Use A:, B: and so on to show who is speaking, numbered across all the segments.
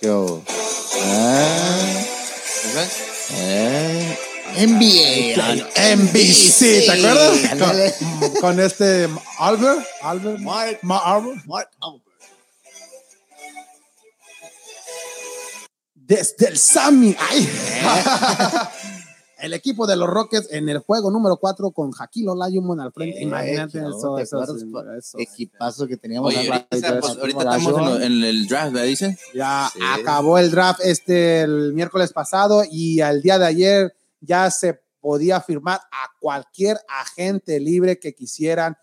A: ¿Qué hubo? Ah, eh. NBA.
B: NBC, ¿te
A: Ándale.
B: acuerdas? Con, con este Albert, Albert,
A: Mark.
B: Ma- Albert.
A: Mark Albert.
B: desde el Sami. Ay. el equipo de los Rockets en el juego número 4 con Jaquil Olajuwon al frente.
A: Eh,
B: Imagínate
A: claro,
B: eso,
A: ¿te
B: eso,
A: acuerdas,
B: sí,
A: pa-
B: eso.
A: Equipazo que teníamos.
C: Oye,
A: al lado y
C: ahorita,
A: todo
C: pues,
A: eso.
C: ahorita estamos en, lo- en el draft, ¿verdad? Dice.
B: Ya
C: Sí.
B: acabó el draft este el miércoles pasado y al día de ayer ya se podía firmar a cualquier agente libre que quisieran.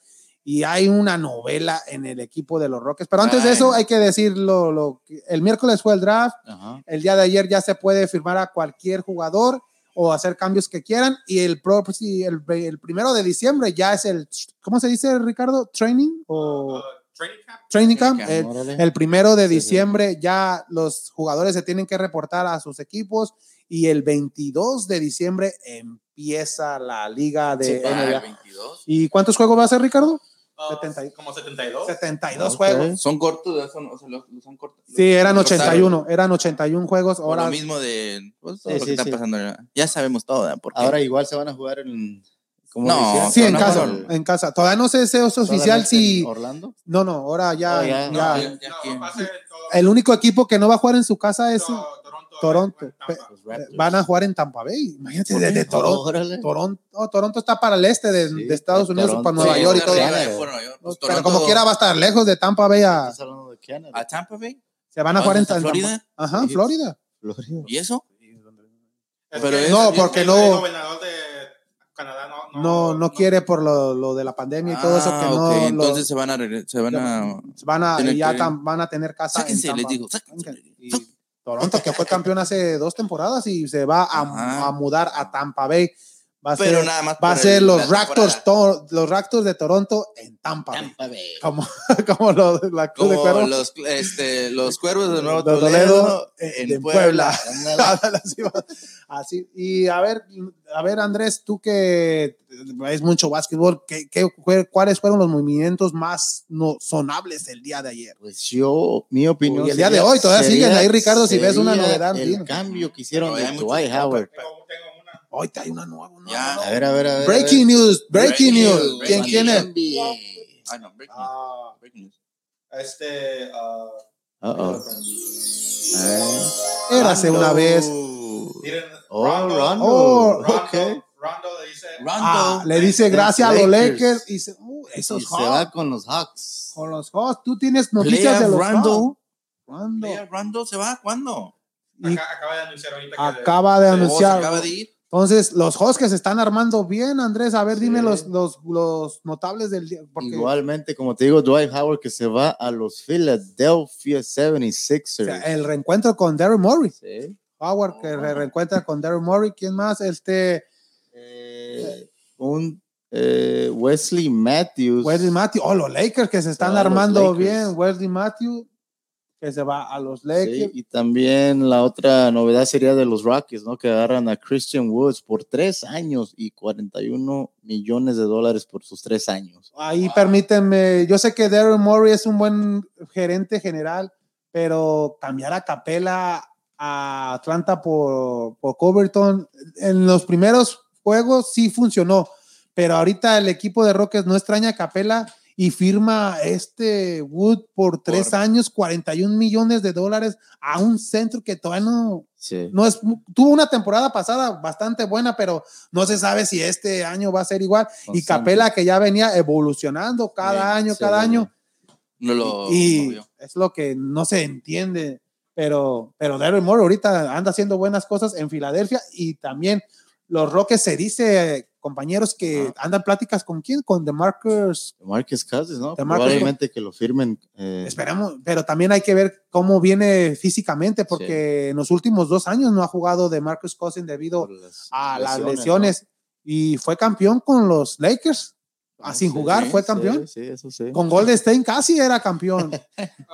B: Y hay una novela en el equipo de los Rockets. Pero antes de
C: Ay.
B: eso, hay que decirlo: lo, que- el miércoles fue el draft,
C: Ajá.
B: el día de ayer ya se puede firmar a cualquier jugador o hacer cambios que quieran. Y el, proxi- el, el primero de diciembre ya es el, ¿cómo se dice, Ricardo? ¿Training? ¿O Uh, training camp?
C: Training
B: El,
C: camp.
A: Órale.
B: el primero
A: Sí,
B: de
A: sí.
B: diciembre ya los jugadores se tienen que reportar a sus equipos y el 22 de diciembre empieza la liga de
C: Sí, para el
B: NBA.
C: 22.
B: ¿Y cuántos juegos va a ser, Ricardo?
D: Ah,
B: 70.
D: Como 72.
B: 72
A: Ok.
B: juegos.
C: Son cortos, ¿verdad? son, o sea, los- los son cortos.
B: Sí, eran
C: Los cortaron.
B: 81, eran 81 juegos.
C: Por
B: Ahora
C: Pues lo mismo de pues, todo
A: Sí, sí,
C: lo que está
A: sí.
C: pasando. ¿verdad? Ya sabemos todo. ¿verdad? Porque
A: Ahora igual se van a jugar en. ¿cómo
C: No,
A: decían?
B: Sí, en
C: No,
B: casa,
C: no,
B: en casa. Todavía no sé si es oficial
A: ¿Solamente
B: si...
A: en Orlando.
B: No, no, ahora ya...
A: Oh, ya,
C: No,
B: ya.
C: ya- ya
D: No,
C: que-
D: va a ser todo-
B: El único equipo que no va a jugar en su casa es... eh,
D: todo Toronto.
B: Toronto.
D: Tampa.
A: Los Raptors.
B: Eh, Van a jugar en Tampa Bay. Imagínate, desde Toronto.
A: Órale.
B: Toronto, oh, Toronto está para el este de,
A: Sí,
B: de Estados
A: de
B: Unidos,
A: Toronto.
B: para Nueva
C: Sí,
B: York y
C: está
B: todo.
A: Orlando.
C: arriba de fuera de Nueva York. Pues,
B: Pero
C: Toronto-
B: como quiera va a estar lejos de Tampa Bay a...
A: Estás hablando de Canadá.
C: a Tampa Bay.
B: Se van a jugar en
C: ¿Dónde está
B: Tampa-
C: Florida?
B: Ajá,
A: Sí.
B: Florida.
A: Florida.
C: ¿Y eso?
D: Es
C: Pero
D: que
C: es-
B: No,
D: el-
B: porque
D: el
B: no-
D: gobernador de Canadá no,
B: No, no quiere por lo, lo de la pandemia y todo eso que
C: Ah,
B: no...
C: ok,
B: lo-
C: Entonces se van a. regre- Se van a
B: van a,
C: tienen
B: ya
C: que-
B: tam- van a tener casa
C: sáquense,
B: en
C: les
B: Tampa.
C: digo. sáquense.
B: Y Toronto, que fue campeón hace dos temporadas y se va a,
C: Ajá.
B: a mudar a Tampa Bay. Va a
C: Pero
B: ser,
C: nada más.
B: va a
C: por
B: ser
C: el-
B: los
C: la
B: Raptors,
C: temporada.
B: to- los Raptors de Toronto en Tampa Bay.
A: Tampa Bay.
B: Como, como los la Cruz de
C: Como
B: Cuervos
C: los, este, los cuervos de Nuevo
B: de
C: Toledo,
B: Toledo,
C: en
B: de
C: Puebla.
B: Puebla. Así va. Así. Y a ver, a ver, Andrés, tú que ves mucho básquetbol, ¿qué, qué fue- cuáles fueron los movimientos más no, sonables el día de ayer?
A: Pues yo, mi opinión.
B: Y el día de hoy todavía siguen ahí, Ricardo, si ves una
A: sería
B: novedad,
A: El
B: dinos.
A: cambio que hicieron
C: Pero hay
A: de
C: mucho-
A: Dwight Howard.
D: Tengo, tengo una.
B: Hoy hay una nueva. ¿no?
C: Ya.
A: A ver, a ver, a ver.
B: Breaking news, breaking
C: Breaking
B: news.
C: news,
B: ¿Quién,
C: breaking
B: quién es?
A: es?
C: Ah, no, break news,
D: ah,
C: break news.
D: este. ah,
B: Érase una vez.
D: miren,
A: Oh,
D: Rondo,
A: Rondo.
B: Oh,
D: Rondo,
A: ok.
D: Rondo le dice.
C: Rondo.
B: Ah, le dice
A: Los
B: gracias a los
A: Lakers.
B: Lakers y se, uh, esos
A: Y se
B: Hawks,
A: va con los Hawks.
B: con los Hawks. Tú tienes noticias
C: Playoff
B: de los Hawks.
C: Rondo.
B: Rondo.
C: Playoff Rondo se va. ¿Cuándo?
B: Y
D: Acá- acaba de anunciar ahorita que.
B: acaba de
C: Oh, se
B: anunciar.
C: acaba de ir.
B: Entonces, los Hawks que se están armando bien, Andrés. A ver,
A: Sí.
B: dime los, los, los notables del día. Porque
A: Igualmente, como te digo, Dwight Howard que se va a los Philadelphia
B: o eh,
A: 76ers.
B: sea, el reencuentro con Darren Murray.
A: Sí.
B: Howard que se reencuentra con Darren Murray. ¿Quién más? Este,
A: Eh, un eh, Wesley Matthews.
B: Wesley Matthews. Oh, los Lakers que se están
A: Pues Ah, los
B: armando
A: Lakers.
B: bien. Wesley Matthews que se va a los
A: Sí,
B: Lakers.
A: y también la otra novedad sería de los Rockies, ¿no? Que agarran a Christian Woods por tres años y 41 millones de dólares por sus tres años.
B: Pues, Ahí permítanme, yo sé que Darren Murray es un buen gerente general, pero cambiar a Capela a Atlanta por, por Coverton en los primeros juegos sí funcionó, pero ahorita el equipo de Rockets no extraña a Capela y firma este Wood por tres
C: Por-
B: años, 41 millones de dólares a un centro que todavía no,
A: Sí.
B: no es, tuvo una temporada pasada bastante buena, pero no se sabe si este año va a ser igual. Y
A: Constante.
B: Capela que ya venía evolucionando cada
C: Sí,
B: año,
A: sí.
B: cada año.
C: No lo. no
B: y
C: vio.
B: es lo que no se entiende. Pero, pero Daryl Moore ahorita anda haciendo buenas cosas en Filadelfia y también los Rockets se dice, eh, compañeros, que andan pláticas con quién, con DeMarcus.
A: Marcus Cousins, ¿no?
B: DeMarcus-
A: Probablemente que lo firmen. eh,
B: Esperamos, pero también hay que ver cómo viene físicamente, porque en los últimos dos años no ha jugado de Marcus Cousins debido
A: por las
B: a Ah, las
A: ¿no?
B: lesiones y fue campeón con los Lakers. Ah, sin
A: Sí,
B: jugar
C: sí,
B: fue campeón.
A: Sí, sí, eso sí.
B: Con Golden State casi era campeón.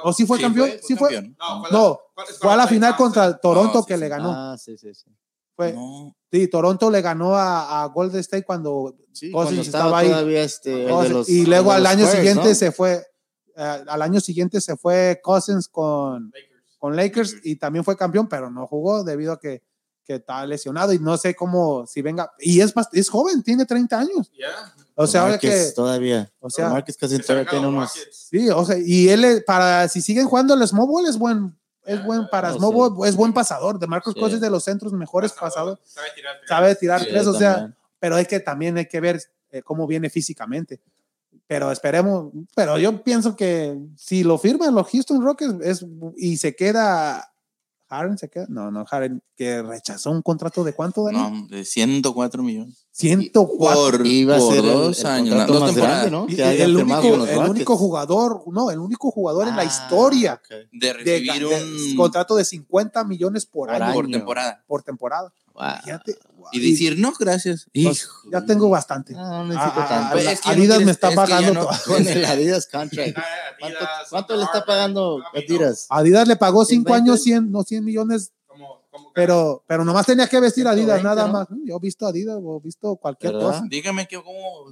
B: ¿O sí fue
C: Sí,
B: campeón?
C: fue- fue
B: sí fue.
C: campeón.
D: No,
B: No,
D: fue, la-
B: Fue a la final
D: Thompson.
B: contra el Toronto
C: No, sí,
B: que
C: sí.
B: le ganó.
A: Ah, sí, sí, sí.
B: Fue-
C: No.
B: Sí, Toronto le ganó a, a Golden State cuando.
A: Sí,
B: Cousins
A: cuando estaba,
B: estaba ahí.
A: todavía este, el de los-
B: y luego
A: el de
B: al
A: los
B: año
A: Spurs,
B: siguiente
A: ¿no?
B: se fue. eh, al año siguiente se fue Cousins con,
D: Lakers.
B: con Lakers y también fue campeón, pero no jugó debido a que, que está lesionado y no sé cómo, si venga. Y es, bast- es joven, tiene 30 años.
D: Yeah.
A: Pues
B: O sea, ahora
A: Marquez
B: que.
A: Todavía.
B: O sea,
A: Marquez casi
D: Que se
A: todavía
D: vengan
A: tiene
D: los
A: unos.
D: Rockets.
B: Sí, o sea, y él eh, para si siguen jugando el small ball es buen es buen para
A: Ah, No,
B: small
A: sí.
B: ball, es buen pasador, de Marcos
A: Sí.
B: Costa es de los centros mejores pasadores,
D: Sabe tirar. tirar.
B: sabe tirar
A: Sí,
B: tres, o sea,
A: también.
B: pero es que también hay que ver eh, cómo viene físicamente. Pero esperemos, pero yo pienso que si lo firman los Houston Rockets es y se queda Harden se queda, no, no Harden que rechazó un contrato de cuánto Dani?
C: No, de 104 millones.
B: 104
C: Por,
A: Iba a
C: por
A: ser el-
C: dos
A: el
C: años.
A: contrato
C: dos
A: más
C: temporadas.
A: grande, ¿no?
B: Y-
A: Que haya
B: el
A: firmado
B: único,
A: con los
B: el
A: Rockets.
B: único jugador, no, el único jugador en la
A: Ah,
B: historia
A: ok.
C: De
B: de,
C: recibir
B: de-
C: un
B: contrato de 50 millones por,
A: Por
B: año,
C: por
A: año.
C: temporada.
B: por temporada.
A: Wow.
B: Fíjate, wow,
C: Y decir, no, gracias.
B: pues,
C: Hijo.
B: ya tengo bastante.
A: No, no necesito
B: Ah, ah,
A: tanto.
B: ah,
C: Pues,
B: la-
C: es que ya no
B: Adidas
C: quieres-
B: me está
C: es que ya
B: pagando.
C: no-
B: todo.
A: Con el Adidas contract.
D: Ah,
A: ¿Cuánto,
D: Adidas,
A: cuánto le está
D: Harden,
A: pagando
D: a mí no.
A: Adidas?
B: Adidas le pagó 5
A: ¿Veinte?
B: años 100, no 100 millones,
D: Como- como-
B: pero, pero nomás tenía que vestir Adidas,
A: 120,
B: nada
A: ¿no?
B: más. Mm, Yo he visto Adidas, o he visto cualquier
A: ¿Verdad?
B: cosa.
C: Dígame que como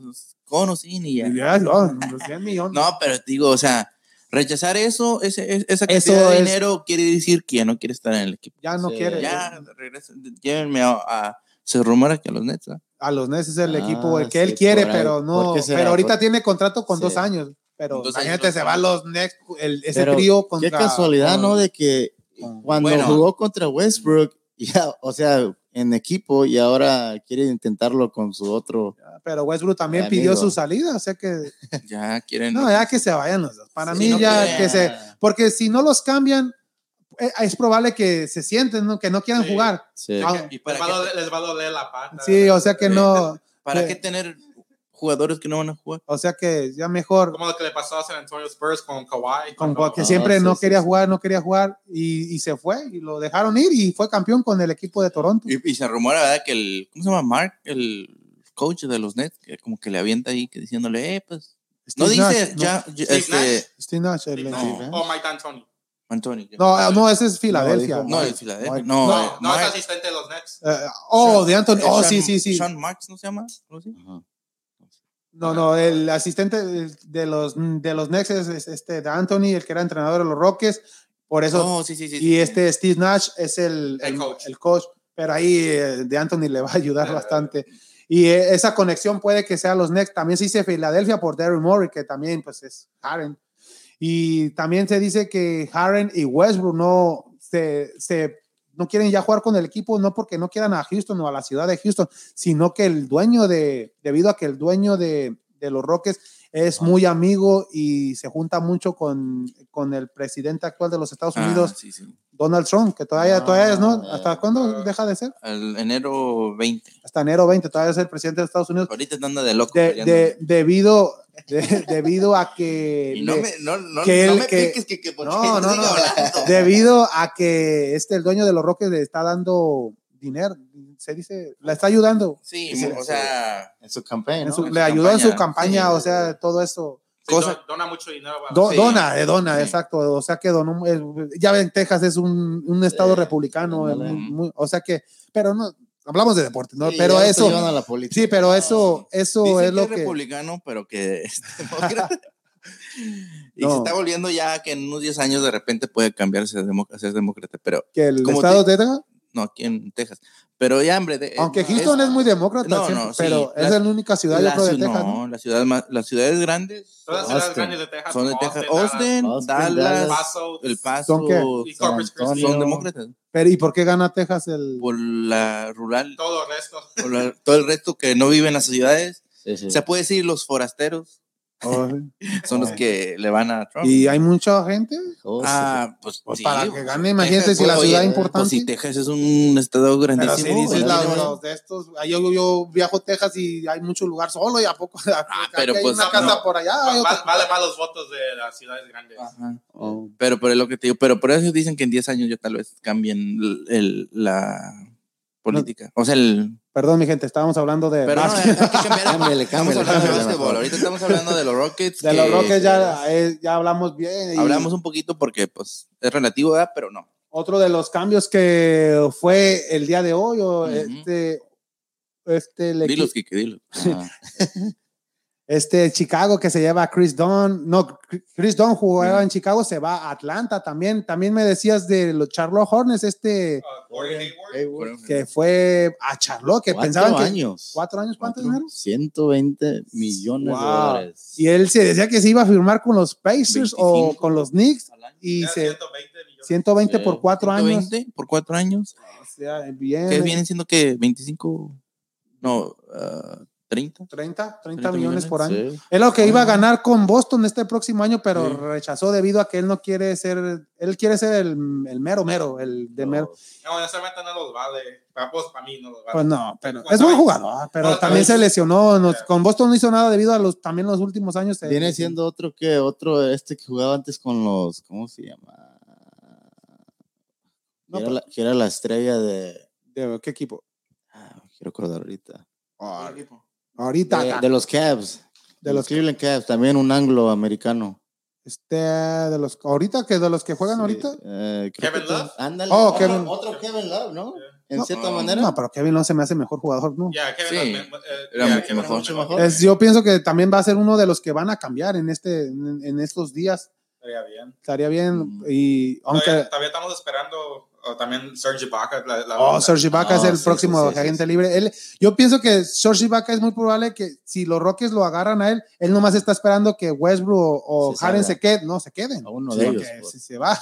C: cono sin y ya.
B: Y ya, no, 100 millones.
C: No, pero te digo, o sea, rechazar eso, ese, es- esa
B: Eso
C: cantidad de
B: es-
C: dinero quiere decir que ya no quiere estar en el equipo.
B: Ya no
A: Sí.
B: quiere.
C: Ya, regresa, llévenme a, a- Se rumora que a los Nets. ¿ah?
B: A los Nets es el
A: Ah,
B: equipo el que
A: sí,
B: él quiere,
A: por ahí.
B: pero no.
A: ¿Por qué será?
B: Pero ahorita
A: Por-
B: tiene contrato con
A: Sí.
B: dos años. Pero
C: Dos años,
B: imagínate,
C: dos
B: se va a los Nets, el- ese
A: Pero,
B: trío contra.
A: Qué casualidad,
B: con-
A: ¿no? De que
B: con-
A: cuando
C: Bueno.
A: jugó contra Westbrook, ya, o sea, en equipo y ahora quiere intentarlo con su otro.
B: Pero Westbrook también
A: Amigo.
B: pidió su salida, o sea que
C: Ya quieren.
B: no, ya que se vayan los dos. Para
A: Sí,
B: mí
A: no
B: ya
A: quieren.
B: que se porque si no los cambian eh, es probable que se sienten, ¿no? que no quieran
D: Sí.
B: jugar.
A: Sí.
B: Ah,
C: ¿Y para
D: Les va, a
C: qué,
D: doler, les va a doler la pata.
B: sí, o sea que no,
C: para qué tener jugadores que no van a jugar?
B: o sea que ya mejor
D: Como lo que le pasó a San Antonio Spurs con Kawhi.
B: con
D: cuando-
B: que
A: Ah,
B: siempre
A: sí,
B: no
A: sí,
B: quería
A: sí.
B: jugar, no quería jugar y, y se fue y lo dejaron ir y fue campeón con el equipo de Toronto.
C: Y, y se rumora, ¿verdad? Que el. ¿Cómo se llama? Mark, el coach de los Nets, que como que le avienta ahí que diciéndole, eh, pues. No
B: Steve Nash,
C: dice,
B: no,
C: ya, ya,
D: Steve
C: este.
B: Steve Nash, el-
D: No,
B: no.
D: O Mike D'Antoni.
C: Antonio. ya.
B: No, ese es Filadelfia.
A: dijo-
C: No, el
A: Mike,
C: Filadelfia.
A: Mike.
C: No, eh,
D: No, no es
C: Mark-
D: asistente de los Nets.
B: Eh, oh,
C: Sean-
B: de Anthony.
C: eh,
B: Oh, sí,
C: Sean-
B: sí, sí.
C: Sean Marks, ¿no se llama? ¿Algo así?
A: Ajá.
B: No, no, el asistente de los, de los Nets es es este de Anthony, el que era entrenador de los Rockets. Por eso,
C: No, Oh, sí, sí, sí.
B: y
C: sí.
B: este Steve Nash es el,
D: El
B: el-
D: coach.
B: el coach. Pero ahí eh, de Anthony le va a ayudar
D: Eh.
B: bastante. Y eh, esa conexión puede que sea los Nets. También se dice Filadelfia por Derry Murray, que también pues es Harden. Y también se dice que Harden y Westbrook no se, se no quieren ya jugar con el equipo, no porque no quieran a Houston o a la ciudad de Houston, sino que el dueño de, debido a que el dueño de, de los Rockets es muy amigo y se junta mucho con, con el presidente actual de los Estados
C: Ah,
B: Unidos,
C: sí, sí.
B: Donald Trump, que todavía,
A: Ah,
B: todavía es, ¿no?
A: ya.
B: ¿Hasta cuándo deja de ser?
C: El enero 20.
B: Hasta enero 20, todavía es el presidente de Estados Unidos,
C: Ahorita está anda de loco.
B: de-
C: peleando.
B: de- debido, de- debido a que...
C: Y no
B: le-
C: me, no, no,
B: que
C: no
B: él-
C: me
B: que-
C: piques que, que por
B: No,
C: qué
B: no,
C: sigue
B: no.
C: hablando.
B: debido a que este, el dueño de los Rockets le está dando dinero, se dice, la está ayudando.
C: Sí,
A: Sí,
C: o
A: sí.
C: sea,
A: En su campaña,
B: en
A: ¿no?
B: su-
C: En
B: le
C: su
B: ayudó en su
C: campaña,
B: campaña,
C: sí.
B: o sea, todo eso.
D: Sí,
C: Cosa-
D: don- dona mucho dinero. a-
B: Do-
C: Sí.
B: Dona, eh, dona,
C: Sí.
B: exacto. O sea que donó, eh, ya ven, Texas es un, un estado
A: Eh,
B: republicano, eh,
A: ándale.
B: muy- muy- o sea que, pero no, hablamos de deporte, ¿no?
A: Sí,
B: pero
A: ya se
B: eso,
A: llevan a la política.
B: sí, pero eso, eso
C: dice
B: es lo
C: que
B: que...
C: es republicano, pero que es demócrata. y
B: No.
C: se está volviendo ya que en unos 10 años de repente puede cambiarse a demó- a ser demócrata, pero
B: que el
C: como
B: estado
C: te-
B: de Texas,
C: no aquí en Texas. Pero ya, hombre. de- eh,
B: aunque
C: es-
B: Houston es, muy demócrata,
C: no, no,
B: siempre,
C: sí,
B: pero
C: la-
B: es la única ciudad yo
C: la
B: creo, de
C: ciu-
B: Texas. ¿no?
C: no, las ciudades más- las ciudades grandes
D: Todas las ciudades
A: Austin.
D: grandes de Texas.
C: son de
D: como
C: Texas.
D: Dallas,
C: Austin,
A: Austin,
C: Dallas,
A: Dallas,
D: Paso.
C: El
B: ¿Son qué?
C: Paso,
D: Y
A: San
D: Corpus Christi.
A: Antonio.
C: son demócratas.
B: Pero ¿y por qué gana Texas el?
C: Por la rural,
D: Todo el resto.
C: por la- todo el resto que no vive en las ciudades.
A: Sí, sí.
C: Se puede decir los forasteros
B: Oh,
C: son los que le van a Trump.
B: y hay mucha gente.
A: Oh, sí.
C: ah, pues,
B: Pues
C: sí,
B: para que
C: pues,
B: gane, imagínate si la
C: oye,
B: ciudad
C: pues,
B: importante.
C: si Texas es un
B: Pero
C: estado grandísimo.
B: sí,
A: dices,
C: pues,
B: dices, la-
A: ¿no?
B: los de estos, ahí yo, yo viajo a Texas y hay mucho lugar solo y a poco Aquí
C: pero
B: hay
C: pues,
B: una casa
D: no.
B: por allá. hay
D: Va-
B: otra.
D: va- Vale más los votos de las ciudades grandes.
C: Ajá.
A: Oh.
C: Pero por lo que te digo, pero por eso dicen que en 10 años ya tal vez cambien el- el- la política. O sea, el.
B: Perdón, mi gente, estábamos hablando de
C: Pero no,
B: básquet.
C: hay que cambiar.
A: Cámbiale,
C: Estamos
A: cámbiale,
C: hablando de
A: cámbiale,
C: básquetbol.
A: mejor.
C: Ahorita estamos hablando de los Rockets.
B: de los
C: que-
B: Rockets ya, eh, ya hablamos bien. y
C: Hablamos un poquito porque pues es relativo, ¿verdad? Pero no.
B: Otro de los cambios que fue el día de hoy, o
C: Ujú.
B: este, este el equi-
C: Dilos, Kike, dilos.
A: Ajá.
B: Este Chicago que se lleva a Chris Dunn. No, Chris Dunn jugaba en Chicago, se va a Atlanta también. También me decías de los Charlotte Hornets, este
D: Uh, Gordon Hayward.
A: Eh,
B: que fue a Charlotte, que
A: Cuatro
B: pensaban que.
A: años.
B: ¿Cuatro años cuántos
A: Cuatro-
B: dinero?
A: 120 millones de
B: Wow.
A: dólares.
B: Y él se decía que se iba a firmar con los Pacers o
C: 25.
B: con los Knicks
C: al año.
B: y
D: Ya
B: se
D: 120 millones.
B: 120
A: Sí.
B: por cuatro años.
C: 120 por cuatro años.
B: O sea, bien.
C: Que
B: eh.
C: vienen siendo que 25, no, ah, 30.
B: 30, 30,
C: 30
B: millones
C: millones,
B: por año.
A: Sí.
B: Es lo que
C: Ah.
B: iba a ganar con Boston este próximo año, pero
C: Sí.
B: rechazó debido a que él no quiere ser, él quiere ser el, el mero mero, el de mero.
D: No, ya se metan a los vale. Para, pues, para mí no los vale.
B: Pues no, pero
D: Pues
B: es buen
D: también-
B: jugador, pero
D: pues
B: también
D: también-
B: se lesionó. no-
D: Ya.
B: con Boston no hizo nada debido a los también los últimos años. eh, se-
A: Viene siendo otro que otro, este que jugaba antes con los, ¿cómo se llama?
B: No, pues
A: que,
B: pero-
A: era la, que era la estrella de...
B: de- ¿Qué equipo?
A: ah, quiero acordar ahorita. Eh,
D: Otro
B: Ahorita,
D: equipo.
A: De,
B: acá,
A: de los Cavs.
B: de los,
A: Cleveland Cavs, también un anglo-americano.
B: este, de los, ahorita que de los que juegan
A: Sí,
B: ahorita.
A: eh, creo
D: Kevin
A: que
D: Love.
A: ándale,
B: Oh,
A: otro-
B: Kevin.
A: Otro Kevin Love, ¿no? En
B: No,
A: cierta
C: no,
A: manera.
B: No, pero Kevin no se me hace mejor jugador, ¿no?
D: Ya, Kevin
C: Sí.
D: Love, eh,
C: Era
D: ya,
C: mucho
D: Kevin Love
A: mucho mejor.
B: Es- yo pienso que también va a ser uno de los que van a cambiar en este, en, en estos días.
D: Estaría bien.
B: Estaría bien
A: Mm.
B: y aunque
D: Todavía, todavía estamos esperando oh, también Serge Ibaka. La, la
B: Oh, Serge Ibaka
A: Ah,
B: es el
A: sí,
B: próximo
A: sí, sí, sí,
B: agente libre. Él, yo pienso que Serge Ibaka es muy probable que si los Rockets lo agarran a él, él nomás está esperando que Westbrook o, o
A: Se
B: Harden
A: salga.
B: se queden, no se queden.
A: A uno
B: Sí,
A: de
B: porque
A: ellos. pues.
B: si se va.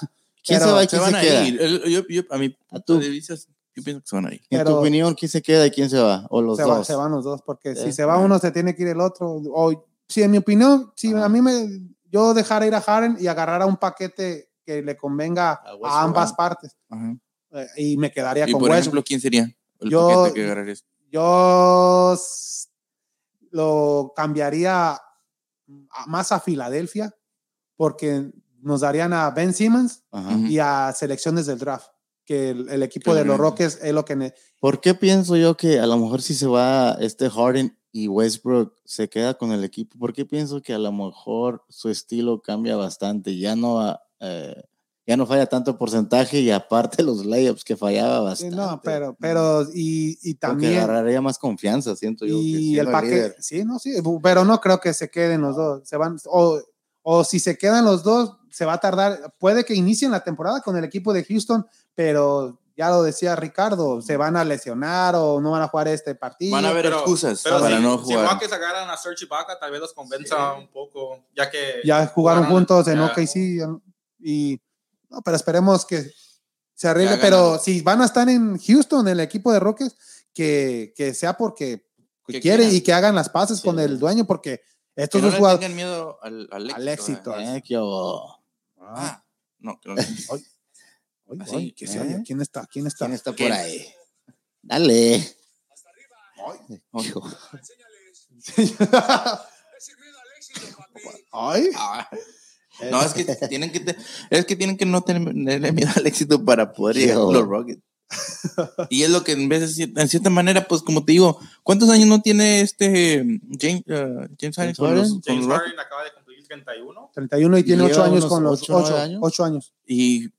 A: ¿Quién
B: pero
A: se va y
C: Se
A: quién se,
C: van a
A: queda?
C: ir. El- yo, yo- a mi
A: A tu-
C: de vistas, yo pienso que se van a ir.
A: En tu
B: Pero-
A: opinión, ¿quién se queda y quién se va? O los
B: se, va-
A: dos.
B: se van los dos, porque
A: Sí.
B: si se va uno se tiene que ir el otro. O si en mi opinión, si
A: Ajá.
B: a mí me yo dejara ir a Harden y agarrara un paquete que le convenga
A: A
B: a,
A: Westbrook,
B: ambas
A: ¿no?
B: partes
C: Ajá.
B: eh, y me quedaría
C: Y
B: con
C: por
B: Westbrook.
C: ejemplo, ¿quién sería el
B: Yo-
C: paquete que agarrarías?
B: Yo s- lo cambiaría a- más a Filadelfia porque nos darían a Ben Simmons
A: Ajá.
C: Ujú.
B: y a selecciones del draft, que el, el equipo
C: Qué
B: de los
C: bueno.
B: Rockets es lo que... ne-
A: ¿Por qué pienso yo que a lo mejor si se va este Harden y Westbrook se queda con el equipo? ¿Por qué pienso que a lo mejor su estilo cambia bastante? Ya no, eh, ya no falla tanto porcentaje y aparte los layups que fallaba
B: Sí,
A: bastante.
B: no, pero, pero, y, y
A: Porque
B: también...
A: agarraría más confianza, siento yo. que
B: Y
A: siendo
B: el paquete,
A: líder.
B: sí, no, sí, bu- pero no creo que se queden los dos, se van, o, o si se quedan los dos, se va a tardar, puede que inicien la temporada con el equipo de Houston, pero ya lo decía Ricardo, se van a lesionar o no van a jugar este partido.
C: Van a haber
D: pero-
C: excusas
D: Pero
C: para
D: si,
C: no
D: si
C: jugar.
D: Rockets agarran a Serge Ibaka, tal vez los convenza un poco, ya que
B: ya jugaron
D: jugaron,
B: juntos en
D: ya.
B: OKC ya- y, no, pero esperemos que se arregle,
C: Ya
B: pero
C: ganaron.
B: si van a estar en Houston, el equipo de Rockets, que, que sea porque
C: Que
B: quieren
C: quieran.
B: y que hagan las paces
A: Sí.
B: con el dueño, porque
C: que
B: estos
C: no
B: dos
C: le
B: jugadores...
C: tengan miedo al, al éxito.
B: Al éxito.
C: ¿verdad?
A: Eh, qué hubo.
C: Ah, no, que no le-
B: Ay,
C: Así,
B: ay, que se
A: ¿eh?
B: oye. ¿Quién está? ¿Quién está?
A: ¿Quién está por
C: ¿Quién?
A: ahí? Dale.
C: Ay.
B: Ay,
C: Ah.
A: Eh,
C: No, es que tienen que, te- es que tienen que no tenerle miedo al éxito para poder
A: Yo.
C: llegar a los Rockets. Y es lo que en vez de, en cierta manera, pues como te digo, ¿cuántos años no tiene este James, eh, James Harden con los, con
D: James
C: los Rockets?
D: Harden acaba de cumplir 31.
B: 31 y tiene
A: Lleva
B: 8 años
A: unos
B: con los
A: ocho, nueve
B: 8 años.
A: años.
C: Y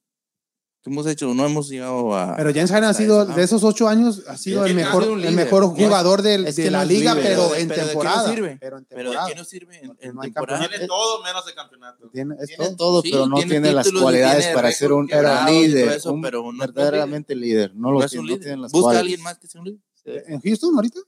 C: ¿qué hemos hecho, no hemos llegado
A: Ah,
C: a...
B: Pero James Harden ha sido, de esos 8 años, ha sido
D: Es
B: el
D: que
B: mejor,
D: ha sido
C: un
B: el
C: líder.
B: mejor
A: Es-
B: jugador del-
A: es que
B: de
A: no
B: la
A: es
B: liga,
A: líder.
B: pero
C: Pero
B: en
C: de- pero ¿de qué nos
B: temporada.
C: sirve?
B: Pero en
C: Pero ¿de
B: temporada.
C: qué nos sirve en, en
B: No hay
C: temporada?
D: Tiene todo menos el campeonato.
B: Tiene- es
A: Tiene
B: todo.
A: todo,
C: Sí,
A: pero no
C: tiene
A: tiene, las
C: títulos y
A: cualidades
C: tiene
A: para
C: récord
A: ser un
C: quebrado y todo
A: líder,
C: eso,
A: un
C: pero no es un líder.
A: verdaderamente líder. No lo
C: No es
A: tiene,
C: un
A: no
C: líder.
A: tienen las
C: Busca a
A: cualidades.
C: alguien más que sea un líder.
B: ¿En Houston ahorita?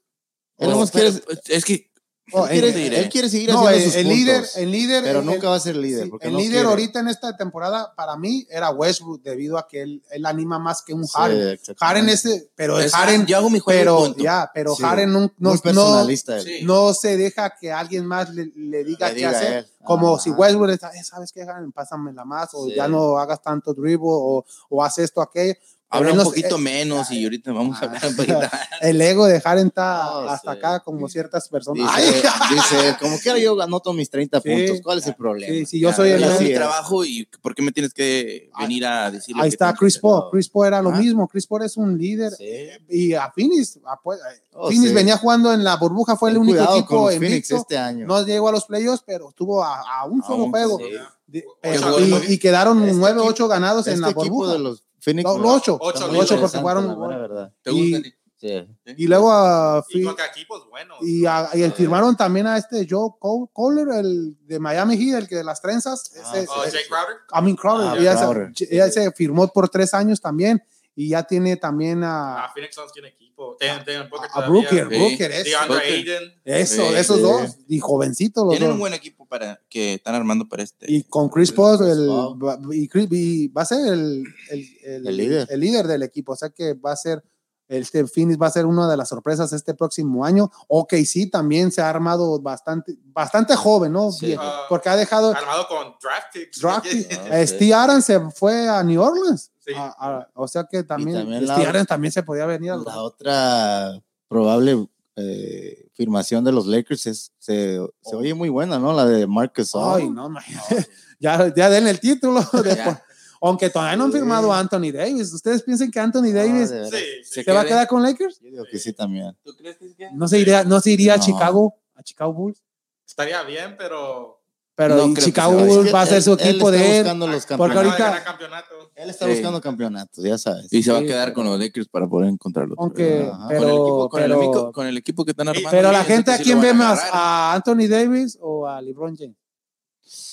A: Él nomás
C: Pero,
A: quiere-
C: pues, es que
B: Oh,
A: él,
B: en-
C: te
A: quiere,
C: diré.
A: él quiere seguir
B: No,
A: haciendo
B: el,
A: sus
B: el
A: puntos,
B: líder, el líder,
A: pero
B: el-
A: nunca va a ser líder.
B: sí,
A: porque
B: el
A: no
B: líder
A: quiere.
B: ahorita en esta temporada para mí era Westbrook debido a que él, él anima más que un
A: Sí, Ah.
B: Harden.
A: exactamente.
B: Harden ese, pero
C: es-
B: Harden,
C: yo hago mi juego y
B: pero
C: punto.
B: ya, pero
A: Sí.
B: Harden nun- no,
A: Muy
B: no,
A: personalista. él.
C: Sí.
B: no se deja que alguien más le, le diga
A: Le
B: qué
A: diga
B: hacer.
A: él. Ah,
B: Como
A: Ajá.
B: si Westbrook está, "Eh, ¿sabes qué, Harden? Pásamela más, o
A: Sí.
B: ya no hagas tanto dribble, o, o haz esto, aquello.
C: habla un
B: Menos-
C: poquito
B: eh,
C: menos y ahorita vamos
B: ah,
C: a hablar un poquito.
B: El ego de Harden está
A: No,
B: hasta
A: sí.
B: acá, como ciertas personas.
A: Dice,
B: Ay,
A: dice él, como quiera yo anoto mis 30
B: Sí.
A: puntos. ¿Cuál es el problema?
B: sí, sí, yo
C: Ya,
B: soy
C: yo
B: el.
A: ya
C: hago
A: así
C: mi
A: es.
C: trabajo y ¿por qué me tienes que venir a decir lo
B: Ahí
C: que
B: está
C: tengo
B: Chris
C: que
B: Paul. Chris Paul era lo
C: Ah.
B: mismo. Chris Paul es un líder.
A: Sí.
B: Y a Phoenix, a- pues,
A: Oh,
B: Phoenix
A: sí.
B: venía jugando en la burbuja, fue el
A: Ten
B: único
A: cuidado con
B: equipo
A: los
B: en
A: Phoenix este año.
B: No llegó a los playoffs, pero estuvo a, a un
C: A
B: solo
C: un-
B: juego.
C: sí.
B: De-
D: Oye,
B: pero-
C: bueno,
B: y, y quedaron
A: este
B: 9,
A: equipo-
B: 8 ganados
A: este
B: en la
A: equipo
B: burbuja.
A: de los Phoenix.
B: No, los 8.
D: Ocho,
A: Está muy
D: los ocho,
B: porque
A: interesante,
B: jugaron-
A: la mera verdad.
C: hacer. ¿Te
B: Y-
C: gusta?
A: Sí.
B: Y luego a
D: Y
B: Fi-
D: contra equipos buenos.
B: y, a- y
A: Eh.
B: el- firmaron también a este Joe Cole- Kohler, el de Miami Heat, el que de las trenzas.
A: Ah,
B: Ese-
D: Oh, Jake Crowder.
B: I mean Crowder.
A: Ah,
B: ella, se-
A: Crowder.
B: ch- ella Se, firmó por tres años también y ya tiene también a,
D: Ah, Phoenix Suns tiene equipo. Tienen- tienen Booker
B: Ah, a
D: todavía.
B: Brooker.
C: Sí.
B: Brooker, eso,
D: DeAndre
C: Booker.
D: Ayton.
B: eso,
C: Sí,
B: esos
A: sí.
B: dos. Y jovencitos los
C: Tienen un
B: dos.
C: buen equipo para que están armando para este.
B: Y con Chris Paul,
A: Chris
B: el-
A: Paul.
B: va- y, Chris- y va a ser el, el- el-
A: El líder.
B: el líder del equipo. O sea que va a ser, este Phoenix va a ser una de las sorpresas este próximo año. Ok, sí, también se ha armado bastante, bastante joven, ¿no?
A: Sí.
B: Bien,
D: Ah,
B: porque ha dejado,
D: Armado con draft picks.
B: Draft
D: Sí.
B: picks. eh, Steve Adams se fue a New Orleans.
D: Sí.
B: A- a- o sea que también,
A: también la-
B: Steve Adams también se podía venir. al-
A: La otra probable eh, firmación de los Lakers es, se, se oye muy buena, ¿no? La de Marcus
B: Oh. Ay, no, imagínate. ya, ya den el título. después. Aunque todavía no han
A: Sí.
B: firmado a Anthony Davis. ¿Ustedes piensan que Anthony Davis
A: Ah, de veras.
D: Sí, sí.
C: Se
B: se va a
C: quede.
B: quedar con Lakers?
A: Yo digo que sí también.
C: ¿Tú crees que es que-
B: No se iría, no se iría
A: No.
B: a Chicago, a Chicago Bulls.
D: Estaría bien, pero.
B: Pero
C: No
B: y
C: creo que
B: Chicago
C: se vaya.
B: Bulls va a ser su
A: Él- él
B: equipo
A: está
B: de él.
A: buscando los
B: Porque
A: campeonatos.
B: ahorita-
D: Acaba de ganar campeonato.
A: Él está
C: Sí.
A: buscando campeonatos, ya sabes.
C: Y se va a
B: Sí.
C: quedar con los Lakers para poder encontrarlo.
B: Aunque,
A: Ajá.
C: Ah, con, el equipo,
B: pero,
C: con, el
B: pero,
C: amigo- con el equipo que están armando.
B: pero la
C: yo siento
B: gente
C: que
B: a
C: sí
B: quién
C: lo
B: ve
C: van a
B: más,
C: agarrar.
B: a Anthony Davis o a LeBron James.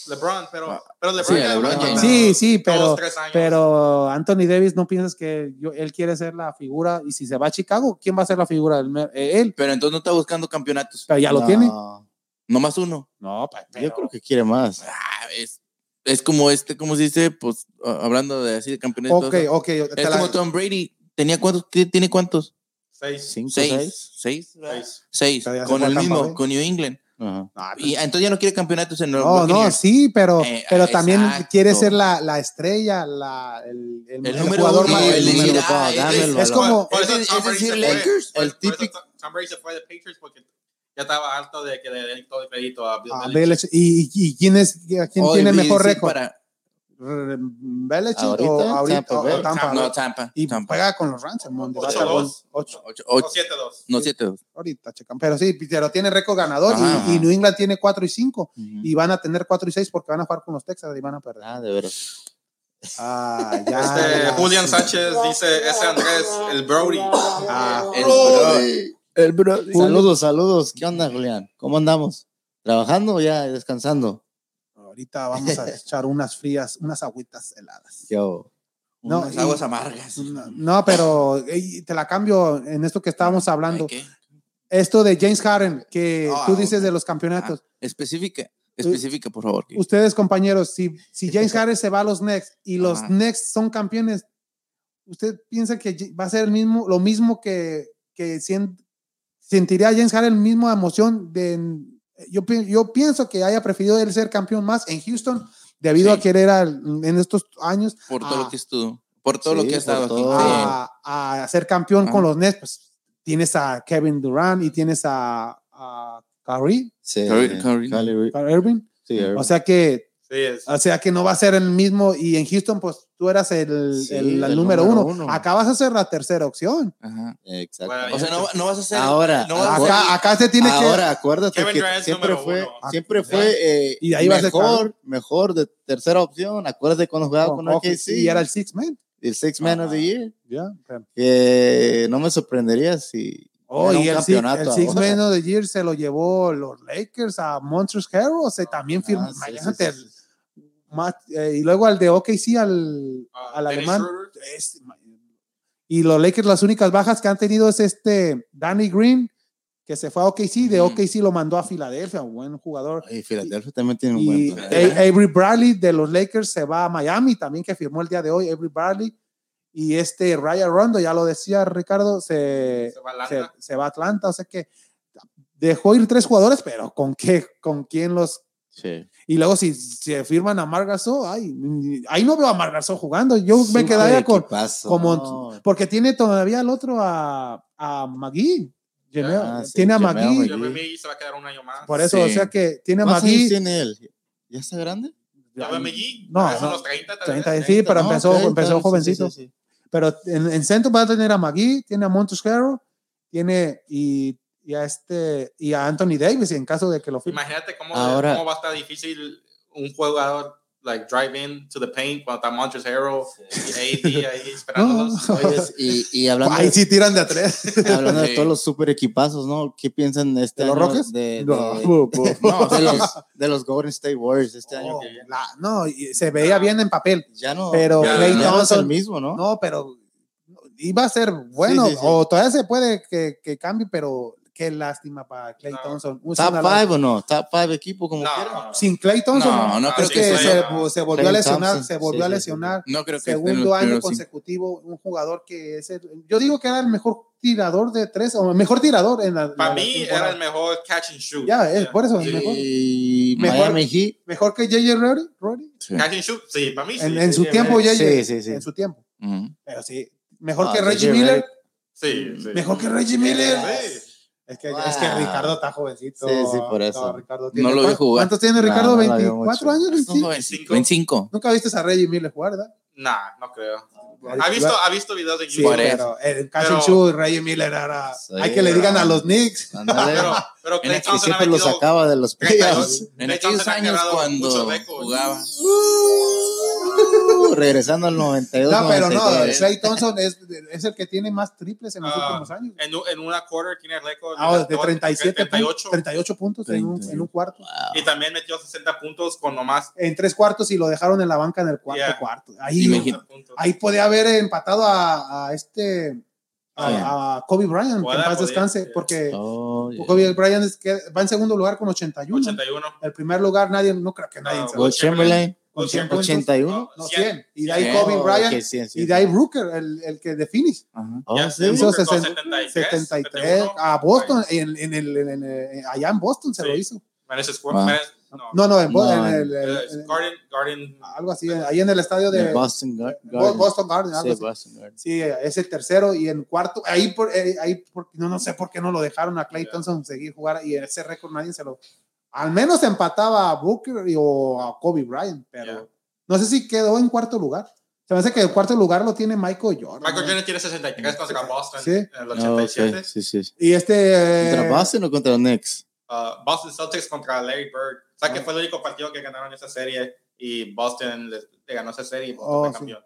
D: LeBron, pero.
C: Ah,
D: Pero LeBron.
C: sí,
D: ya
C: LeBron
D: ganó
C: James.
B: Sí, sí, pero,
D: Dos, tres años.
B: pero Anthony Davis, ¿no piensas que yo- él quiere ser la figura? Y si se va a Chicago, ¿quién va a ser la figura? El mer- eh, Él,
C: Pero entonces no está buscando campeonatos.
B: pero ya lo
A: No,
B: tiene.
C: Nomás uno.
B: No, pa-
A: Yo creo que quiere más.
C: Ah, es, es como este, ¿cómo se dice? Pues ah, hablando de así de campeonatos.
B: Ok, ok. te
C: Es
B: la-
C: como Tom Brady. ¿Tenía cuántos? ¿Qué- ¿Tiene cuántos?
D: Seis.
A: ¿Cinco, seis?
C: Seis. ¿Seis?
D: Seis.
C: Seis.
B: Pero ya se
C: Con
B: fue a
C: el
B: Tampa
C: mismo,
B: Bay.
C: con New England.
A: Ajá.
B: Ah,
C: Y ah, entonces ya no quiere campeonatos en los
B: No, no,
C: Buccaneers.
B: sí, pero,
C: Eh,
B: pero
C: exacto.
B: también quiere ser la, la estrella, la, el, el- el
C: número
B: jugador
C: uno,
B: más.
A: el
B: el-
A: número-
C: ah,
A: dame
C: es-
A: el
C: es
B: balón.
C: como-
B: como-
D: Por eso
C: es-
D: Tom
C: es
D: Brady
C: decir,
D: se fue.
C: Lakers,
D: Por-
C: el
D: por eso
C: típico-
D: Tom- Tom Brady se fue de Patriots porque ya estaba harto de que le den todo el crédito a Bill
B: Ah, Belichick.
D: Belichick.
B: ¿Y, y- y quién, es, a quién
C: Oh,
B: tiene
C: y
B: mejor
C: decir
B: récord?
C: para-
B: R- ¿Belichick
A: Ahorita,
B: o ahorita?
A: Tampa
B: o
A: Bay.
B: Tampa Bay.
C: No, Tampa.
B: Ah, y
C: Tampa.
B: juega con los Rams, Edmond, y va a estar
D: Ocho-dos.
B: bueno. Ocho.
C: Ocho-
D: O
C: ocho-
D: 7-2.
C: no, siete. dos.
B: Ahorita checan. Pero sí, pero tiene récord ganador y-
A: Ajá.
B: y, New England tiene 4 y 5.
A: Ujú.
B: Y van a tener 4 y 6 porque van a jugar con los Texas y van a perder.
A: Ah, de veras.
B: Ah, ya.
D: Este,
B: ya.
D: Julian Sánchez dice, ese Andrés, el Brody.
B: Ah,
C: El Brody.
A: El Saludos, saludos. ¿Qué onda, Julián? ¿Cómo andamos? ¿Trabajando o ya descansando?
B: Ahorita vamos a echar unas frías, unas agüitas heladas.
A: Yo.
B: No,
C: Unas
B: y-
C: aguas amargas.
B: No, pero ey, te la cambio en esto que estábamos hablando.
C: Ay, ¿qué?
B: Esto de James Harden, que
C: Ah,
B: tú dices
C: ok.
B: de los campeonatos.
A: Eh,
C: Específica, específica, por favor.
B: Ustedes, compañeros, si, si James Harden se va a los Knicks y los
C: Ajá.
B: Knicks son campeones, ¿usted piensa que J- va a ser el mismo, lo mismo que, que sien- sentiría James Harden la misma emoción de... Yo, pi- yo pienso que haya preferido él ser campeón más en Houston debido
C: Sí.
B: a querer al- en estos años
C: Por todo
B: Ah.
C: lo que estuvo. Por todo
A: Sí,
C: lo que ha
A: por
C: estado aquí.
A: todo.
C: Sí.
B: a, a ser campeón
C: Ah.
B: con los Nets, pues tienes a Kevin Durant y tienes a, a Kyrie,
A: Sí.
C: Curry- Curry.
A: Curry-
B: Kyrie Irving.
A: sí,
B: O sea que,
D: Sí, es.
B: o sea que no va a ser el mismo. Y en Houston, pues tú eras el,
A: Sí,
B: el- el
A: el
B: número,
A: número
B: uno.
A: uno.
B: Acá vas a ser la tercera opción.
C: Ajá.
A: Exacto.
D: Bueno,
C: O sea, no, no vas a ser.
A: Ahora,
C: no vas a ser-
B: Acá, acá se tiene que.
A: Ah, Ahora, acuérdate
D: Kevin
A: que
D: Durant es
A: siempre
D: número
A: fue,
D: uno. Ah,
A: siempre fue eh,
B: Y ahí va a ser
A: mejor, mejor de tercera opción. Acuérdate cuando jugaba
B: con
A: con
B: Oakley,
A: OKC,
B: Y Oh, era el Six Man.
A: el Six Man of the Year.
B: ya, pero-
A: Que no me sorprendería si
B: Oh,
A: era
B: y
A: un
B: el, six,
A: campeonato
B: el Six
A: ahora.
B: Man of the Year se lo llevó los Lakers a Monsters Heroes. Se también firmó.
A: Ah, sí,
B: imagínate,
A: sí, sí, sí.
B: más- eh, y luego al de OKC, al,
D: Ah,
B: al
D: Dennis
B: alemán.
D: Schroeder.
B: Es- y los Lakers, las únicas bajas que han tenido es este Danny Green, que se fue a OKC,
A: Mm.
B: de
C: Ujú.
B: OKC lo mandó a Filadelfia, un buen jugador.
A: Y Filadelfia también tiene un
B: Y eh,
A: buen ¿eh?
C: plantel.
B: A- Avery Bradley de los Lakers se va a Miami, también que firmó el día de hoy, Avery Bradley. Y este Ryan Rondo, ya lo decía Ricardo, se,
D: Se va a
B: se,
D: Atlanta.
B: se va a Atlanta, o sea que dejó ir tres jugadores, pero ¿con qué? ¿Con quién los
A: Sí.
B: y luego si se firman a Margaso, ay, ni- ahí no veo a Margaso jugando. Yo me quedaría con, como- porque tiene todavía el otro a, a Magui. Jamel-
A: Ah, sí,
B: tiene a
A: Jamel
B: Magui.
A: Magui.
D: Yo creo que se va a quedar un año más.
B: Por eso,
C: Sí.
B: o sea que tiene a
A: ¿Cuántos años
B: Magui.
A: tiene él? ¿Ya está grande?
D: Ya ve Megui,
B: No,
D: ya son
B: no.
D: los 30, tal
B: 30,
D: vez.
B: sí, pero empezó,
A: ok,
B: empezó
A: está bien, sí,
B: jovencito.
A: sí, sí, sí.
B: Pero en, en centro va a tener a Magui, tiene a Montes Harrell, tiene y, y a este y a Anthony Davis en caso de que lo firme.
D: Imagínate cómo,
A: Ahora-
D: cómo va a estar difícil un jugador like drive in to the paint cuando está Montrezl Harrell y AD ahí esperándolos.
A: Oyes, y, y hablando,
B: Ahí
A: de,
B: sí tiran de a tres.
A: hablando de
C: Sí.
A: todos los super equipazos, ¿no? ¿Qué piensan de este
B: ¿De los
A: año
B: Rockets?
A: De, de-
B: No,
C: No, o sea,
A: de los, de los Golden State Warriors este año.
B: Oh,
A: que
B: la- no, y se veía bien en papel.
A: Ya no,
B: Pero
A: ya,
D: Klay
A: ya no es
B: Thompson-
A: el mismo, ¿no?
B: No, pero iba a ser bueno.
A: Sí, sí, sí.
B: O todavía se puede que, que cambie, pero qué lástima para Clay
D: No.
B: Thompson. Un
A: Top
B: sin-
A: 5 o no? Top 5 equipo como
D: No.
A: quiera.
B: Sin Clay Thompson.
C: No, no
B: creo
C: creo
B: que,
C: que
B: se,
D: sea-
B: se volvió a
A: Klay
B: lesionar.
A: Thompson.
B: Se volvió
A: Sí,
B: a
A: sí, sí.
B: lesionar.
C: no creo que esté en
B: Segundo
C: los
B: año
C: primeros cinco.
B: consecutivo, un jugador que es el- yo digo que era el mejor tirador de tres, o mejor tirador en la.
D: Para
B: la
D: mí
B: temporada.
D: era el mejor catch and shoot.
B: Ya, es por eso,
D: Sí.
B: mejor.
A: Y
B: Mejor-
A: Miami Heat.
B: mejor que J.J. Roddy, Roddy.
C: Sí.
D: Catch and shoot, sí, para mí sí.
B: En, en su
D: sí,
B: tiempo,
D: man.
B: J.J.
A: Sí, sí, sí.
B: En su tiempo.
C: Ujú.
B: Pero sí, mejor
A: Ah,
B: que
A: J.J.
B: Reggie Miller.
D: Sí, sí.
B: Mejor que Reggie Miller.
D: Sí.
B: Es que,
A: Wow.
B: es que Ricardo está jovencito.
A: Sí, sí, por eso.
B: No, Ricardo
C: No lo vi
B: ¿cuán-
C: jugar.
B: ¿Cuántos tiene
A: No, no
B: Ricardo?
A: lo vi mucho.
B: ¿24 años?
C: Es un
B: 25?
C: jovencito, 25.
B: Nunca viste a Reggie Miller jugar, ¿verdad?
D: Nah, no creo. Ha visto, ha visto videos de
B: Sí,
D: YouTube.
C: Por eso.
B: pero el Cash
D: Pero-
B: Chu, Reggie Miller era...
A: Sí,
B: hay que le digan a los Knicks.
A: Ándale.
D: pero, pero
C: En
D: Clay
C: el que
A: que
D: Thompson ha
A: siempre lo
D: metido
A: sacaba de los playoffs.
C: En
D: Clay
C: aquellos
D: Thompson ha
C: años
D: quebrado
C: cuando
D: muchos récords.
C: jugaba.
A: Uh, regresando al 92.
B: No, pero no,
A: 93.
B: Clay Thompson es, es el que tiene más triples en los
D: Ah,
B: últimos años.
D: en, un- en una quarter, tiene el récord
B: Ah, de 37, 38,
D: 38,
B: 38 puntos en un,
C: 38.
B: en un cuarto.
D: y también metió 60 puntos con nomás
B: En tres cuartos y lo dejaron en la banca en el cuarto
D: Yeah.
B: cuarto.
C: Y
B: Ahí,
C: me-
D: 60 puntos.
B: ahí podía haber empatado a, a este a,
A: Yeah.
B: a Kobe Bryant, que en
D: Podía,
B: paz
D: podía,
B: descanse,
D: yeah.
B: porque
A: Oh, yeah.
B: Kobe Bryant es que va en segundo lugar con 81.
D: 81.
B: El primer lugar nadie, no creo que nadie.
D: No,
B: se-
A: Will Chamberlain,
B: con 100 puntos.
A: 81.
B: No, 100. Y de ahí
C: Cien.
B: Kobe
A: Oh,
B: Bryant
A: ok, cien, cien,
B: y de ahí Brooker, el, el que de Phoenix.
C: Ajá.
A: Oh,
D: Ya,
A: sí.
D: sí.
B: hizo
D: Brooker con
B: 63,
D: 73,
B: a Boston, en, en el, en el- eh, allá en Boston se
D: Sí.
B: lo hizo.
D: Mereces Square.
C: Wow.
D: Mereces- no.
B: No, no, en, Bo-
A: No,
B: en el,
D: Eh,
B: en-
D: Garden, Garden.
B: algo así, ahí en el estadio de
A: De Boston Gar-
B: Bo-
A: Garden.
B: Boston Garden. algo
A: Sí,
B: así.
A: Boston Garden.
B: Sí, eh, es el tercero y en cuarto, ahí, por, eh, ahí por- no, no sé por qué no lo dejaron a Clay
D: Ya.
B: Thompson seguir jugar y ese récord nadie se lo, al menos empataba a Booker y- o a Kobe Bryant, pero
D: Ya.
B: no sé si quedó en cuarto lugar. Se me hace que el cuarto lugar lo tiene Michael Jordan.
D: Michael
B: ¿no?
D: Jordan tiene 63 cuando se Boston
B: Sí.
D: en el
A: No,
D: 87.
A: Oh, ok, sí, sí.
B: Y este... eh,
A: ¿Contra Boston o contra los Knicks?
D: Uh, Boston Celtics contra Larry Bird. O sea, que
B: Ah.
D: fue el único partido que ganaron esa serie y Boston le, le ganó esa serie y Boston
B: Oh,
D: fue
B: sí.
D: campeón.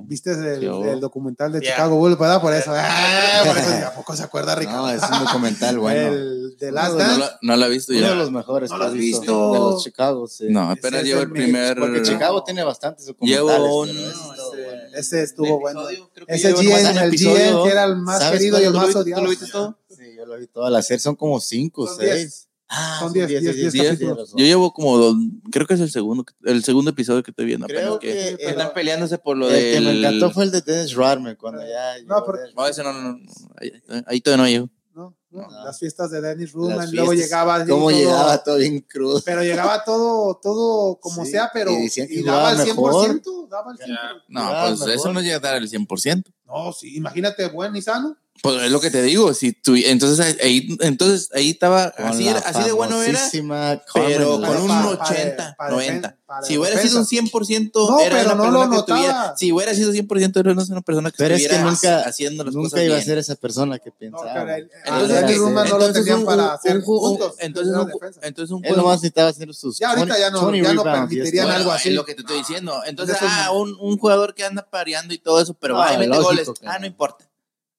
A: Ok.
B: ¿Viste el,
A: Sí, oh.
B: el documental de
D: Yeah.
B: Chicago Bulls, verdad? Por eso.
D: Yeah.
B: Ah, por eso tampoco se acuerda, Ricardo.
A: No, es un documental bueno.
B: El de
A: No, no,
B: Last
C: No
B: Dance.
C: la, no la he visto
A: Uno de
C: yo.
A: los mejores
B: No
A: que
B: lo
A: he
B: has
A: visto.
B: visto.
A: De los Chicago, sí.
C: No, apenas
B: Ese
C: llevo
B: es
C: el
B: el
C: primer.
A: Porque Chicago tiene bastantes documentales.
C: Llevo un-
A: pero este-
B: Ese estuvo bueno.
C: creo que
B: Ese
C: llevo nomás
B: GM,
C: un
B: el
C: episodio.
B: GM que era el más
A: ¿Sabes
B: querido
A: cuál?
B: y el
A: ¿Tú lo
B: más
A: viste-
B: odiado.
A: tú lo viste todo? Sí, yo lo vi toda la serie. Son como 5 o
B: Son
A: 6.
B: diez.
A: Ah,
B: Son
A: son
B: diez,
A: diez,
B: diez,
A: diez,
B: diez
A: diez,
B: capítulos.
A: tienes razón.
C: Yo llevo como dos, creo que es el segundo, el segundo episodio que estoy viendo.
A: Creo
C: apenas
A: que,
C: que,
A: el,
C: Pues están peleándose por lo
A: el
C: de.
A: que me encantó fue el de Dennis Rodman cuando ya.
B: No,
A: llegó
B: pero-
A: Dennis
C: No, ese no, no, no. Ahí, ahí todavía no llego.
B: ¿no? ¿no?
A: No.
B: Las fiestas de Dennis
A: Ah. Las
B: Rudman.
A: fiestas.
B: Luego llegaba. así
A: ¿Cómo
B: todo-
A: llegaba todo bien crudo?
B: Pero llegaba todo, todo como
A: Sí,
B: sea, pero.
A: y decían que
B: Y daba el
A: jugaba
B: 100%. Daba el 100%.
C: No,
A: Ah,
C: pues
A: mejor.
C: eso no llega a dar el 100%.
B: No, sí, imagínate, buen y sano.
C: Pues es lo que te digo. Si tú, entonces, ahí, entonces ahí estaba,
A: Con
C: así,
A: la
C: era- así de bueno era.
A: famosísima Carmen
C: pero
A: Love.
C: con un
B: pa- pa-
C: 80,
B: pa-
C: 90.
B: pa-
C: Si hubiera
B: defensa.
C: sido un 100%,
B: No,
C: era
B: pero
C: una
B: no
C: persona
B: lo
C: que
B: notaba.
C: estuviera- si hubiera sido 100%, era una persona que
A: Pero es que
C: estuviera
A: nunca-
C: haciendo las
A: Nunca
C: cosas
A: iba a
C: bien.
A: ser esa persona que
B: No,
A: pensaba.
B: pero el-
A: Ah,
B: el
A: ya
B: Dennis
A: sé.
B: Rudman no lo
C: Entonces,
B: tenían
C: un- un-
B: para hacer
C: un- un-
B: puntos.
C: Entonces,
B: Era
C: un-
B: defensa.
C: entonces un
A: Él nomás necesitaba hacer sus.
B: Ya ahorita ya no- ya no
A: rebounds y es
B: permitirían
A: todo.
B: algo así.
C: Es lo que te estoy diciendo. Entonces,
B: Entonces,
C: ah, un, un jugador que anda pareando y todo eso, pero
A: No,
C: va y mete
A: lógico
C: goles.
A: que
C: Ah,
A: no.
C: no importa.